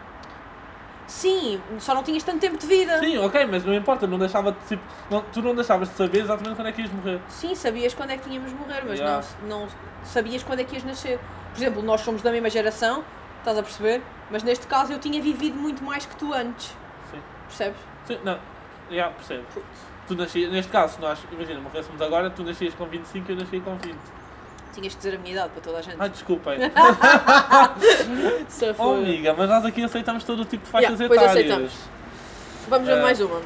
Sim. só não tinhas tanto tempo de vida.
Sim, ok, mas não importa, não deixava de, tipo, não- tu não deixavas de saber exatamente quando é que ias morrer.
Sim, sabias quando é que tínhamos de morrer, mas
Yeah.
não, não sabias quando é que ias nascer. Por exemplo, nós somos da mesma geração, estás a perceber? Mas neste caso eu tinha vivido muito mais que tu antes,
Sim,
percebes?
Sim, não, já percebo. Tu nascias, neste caso, se nós, imagina, morrêssemos agora, tu nascias com 25 e eu nasci com 20.
Tinhas de dizer a minha idade para toda a gente. é
Ai, desculpem.
Só foi.
oh, amiga, mas nós aqui aceitamos todo o tipo de faixas
Yeah, pois
etárias.
aceitamos. Vamos ver
Eh,
mais uma.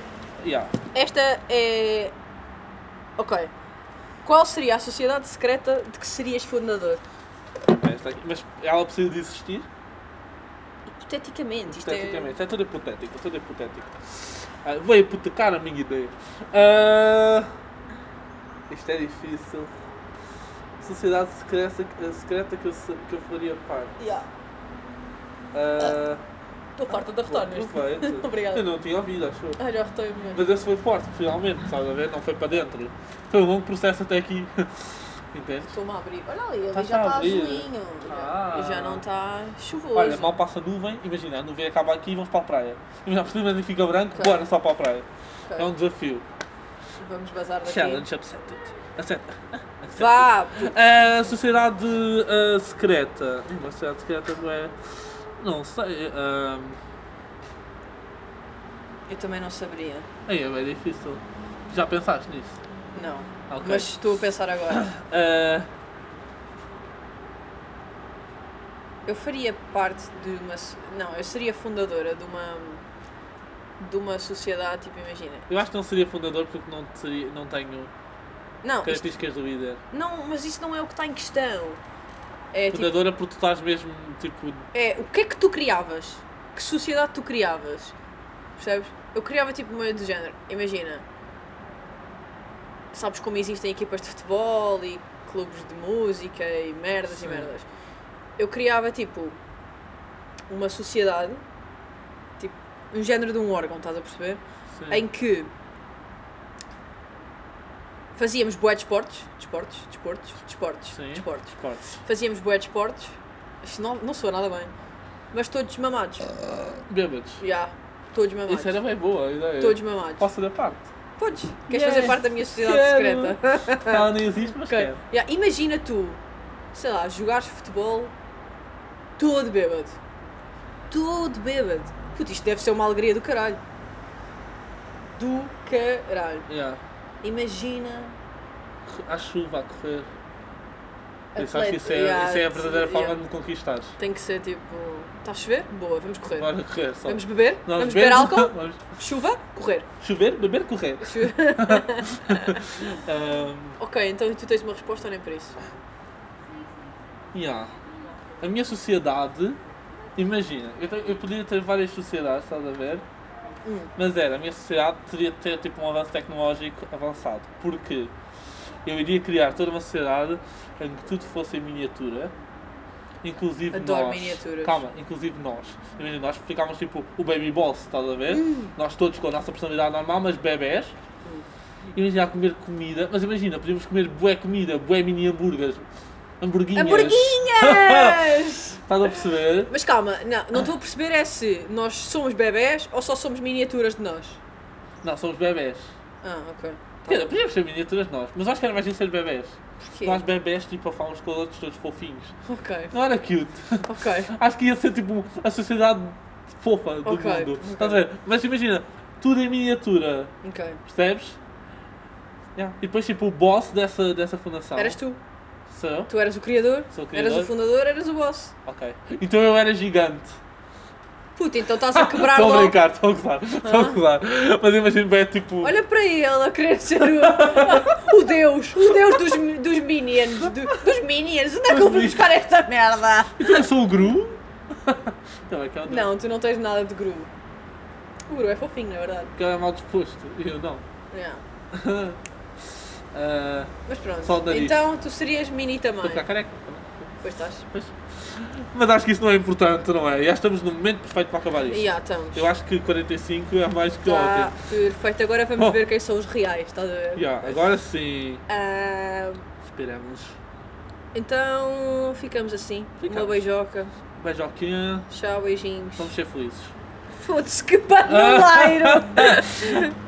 Yeah.
Esta é. Ok. Qual seria a sociedade secreta de que serias fundador?
Esta aqui- Mas ela precisa de existir?
Hipoteticamente, isto
Hipoteticamente, é tudo hipotético, tudo hipotético. Ah, vou hipotecar a minha ideia. Ah, isto é difícil. Sociedade secreta, secreta que, eu, se- que eu faria parte.
é. Yeah.
Ah,
Estou farta de
bom,
arrotar neste.
perfeito.
Obrigada.
Eu não tinha ouvido, acho eu.
Ah, já arrotei o meu.
Mas esse foi forte, finalmente, estás a ver? Não foi para dentro. Foi um longo processo até aqui. Entendes?
Estou-me a abrir. Olha ali,
Tá
ali já
a
está
abrir.
azulinho.
Ah.
E já não está chuvoso.
Olha, mal passa a nuvem, imagina, a nuvem acaba aqui e vamos para a praia. Imagina, a partir do momento em que fica branco,
Ok.
bora só para a praia.
Ok,
É um desafio.
Vamos bazar daqui.
Challenge accepted. Accepted.
Vá!
A sociedade ah, secreta. Uma sociedade secreta não é. Não sei. ah,
Eu também não saberia.
aí é bem difícil. Já pensaste nisso?
Não.
Ok.
Mas estou a pensar agora.
Ah,
Eu faria parte de uma. so- Não, eu seria fundadora de uma. de uma sociedade, tipo, imagina.
eu acho que não seria fundador porque não, seria, não tenho
Não, isto-
características do líder.
não, mas isso não é o que está em questão. É tipo.
Fundadora porque tu estás mesmo tipo.
É, o que é que tu criavas? Que sociedade tu criavas? Percebes? Eu criava tipo meio do género. Imagina. Sabes como existem equipas de futebol e clubes de música e merdas
Sim.
e merdas. Eu criava tipo uma sociedade, tipo, um género de um órgão, estás a perceber?
Sim.
em que fazíamos bué de esportes, desportos, desportos, desportos,
Sim.
desportos.
Esportes.
Fazíamos bué de esportes. Isto não, não soa nada bem. Mas todos mamados. Já.
Bêbados.
Todos mamados.
Isso era bem boa a ideia.
Todos mamados.
Posso da parte.
Podes. Queres
Yes.
fazer parte da minha sociedade
Quero.
secreta?
Ela nem existe, mas
Ok.
quero.
Ya, Imagina tu, sei lá, jogares futebol todo bêbado. Todo bêbado. Puto, isto deve ser uma alegria do caralho. Do caralho.
Yeah.
Imagina
À chuva, a correr. Eu acho que
Atleta-
isso é,
yeah,
isso é a verdadeira forma
yeah.
de me conquistares.
Tem que ser tipo. Está a chover? Boa, vamos correr.
Bora correr só.
Vamos beber?
Nós
vamos beber
bebemos-
álcool?
Vamos
Chuva? Correr.
chover, beber, correr.
Chu-
Ahm,
ok, então tu tens uma resposta ou nem para isso?
yeah. A minha sociedade, imagina, eu, te- eu poderia ter várias sociedades, estás a ver?
Hum.
Mas era, a minha sociedade teria de ter tipo um avanço tecnológico avançado. Porque eu iria criar toda uma sociedade em que tudo fosse em miniatura. Inclusive
Adoro
nós.
miniaturas.
Calma, inclusive nós. Imagina, nós ficámos tipo o baby boss, estás a ver?
Hum.
Nós todos com a nossa personalidade normal, mas bebés. Imagina a comer comida, mas imagina, podíamos comer bué comida, bué mini hambúrgueres. Hamburguinhas.
Hamburguinhas!
Estás a perceber?
Mas calma, não, não estou a perceber é se nós somos bebés ou só somos miniaturas de nós.
Não, somos bebés.
Ah, ok.
Quer dizer, podíamos ser miniaturas nós, mas eu acho que era mais isso ser bebés.
Porquê?
Nós bebés, tipo, a falar uns com os outros todos fofinhos.
Ok,
Não era cute.
ok.
Acho que ia ser tipo a sociedade fofa do
Ok,
mundo.
ok.
Estás a ver? Mas imagina, tudo em miniatura,
Ok.
percebes? Yeah. E depois tipo o boss dessa, dessa fundação.
Eras tu.
Sou?
Tu eras o criador,
Sou Tá o
eras o
criador.
fundador, eras o boss.
Ok. Então eu era gigante.
Puta, então estás a quebrar
Estou a
logo. Ah.
brincar, estou a gozar, estou a gozar. Mas imagina bem tipo.
Olha para ele a querer ser o, o deus, o deus dos, dos minions, do- dos minions, onde é que eu vou buscar esta merda?
Então eu sou o Gru? Também que é o Deus.
Não, tu não tens nada de gru. O gru é fofinho, na verdade. É.
Porque ele é mal disposto. Eu não.
Não.
Ah,
Mas pronto,
Só o tá. nariz.
então tu serias mini também.
Estou a ficar Ah, careca.
Pois estás.
Mas acho que isso não é importante, não é? E acho que estamos no momento perfeito para acabar isto.
Yeah, estamos.
Eu acho que 45 é mais que
Tá
ontem.
perfeito. Agora vamos
Oh.
ver quem são os reais, estás a ver?
Yeah, agora sim,
Ah,
esperamos.
então ficamos assim. Uma
Ficamos.
beijoca.
Beijoquinha,
Tchau, beijinhos.
vamos ser felizes.
Foda-se que paneleiro!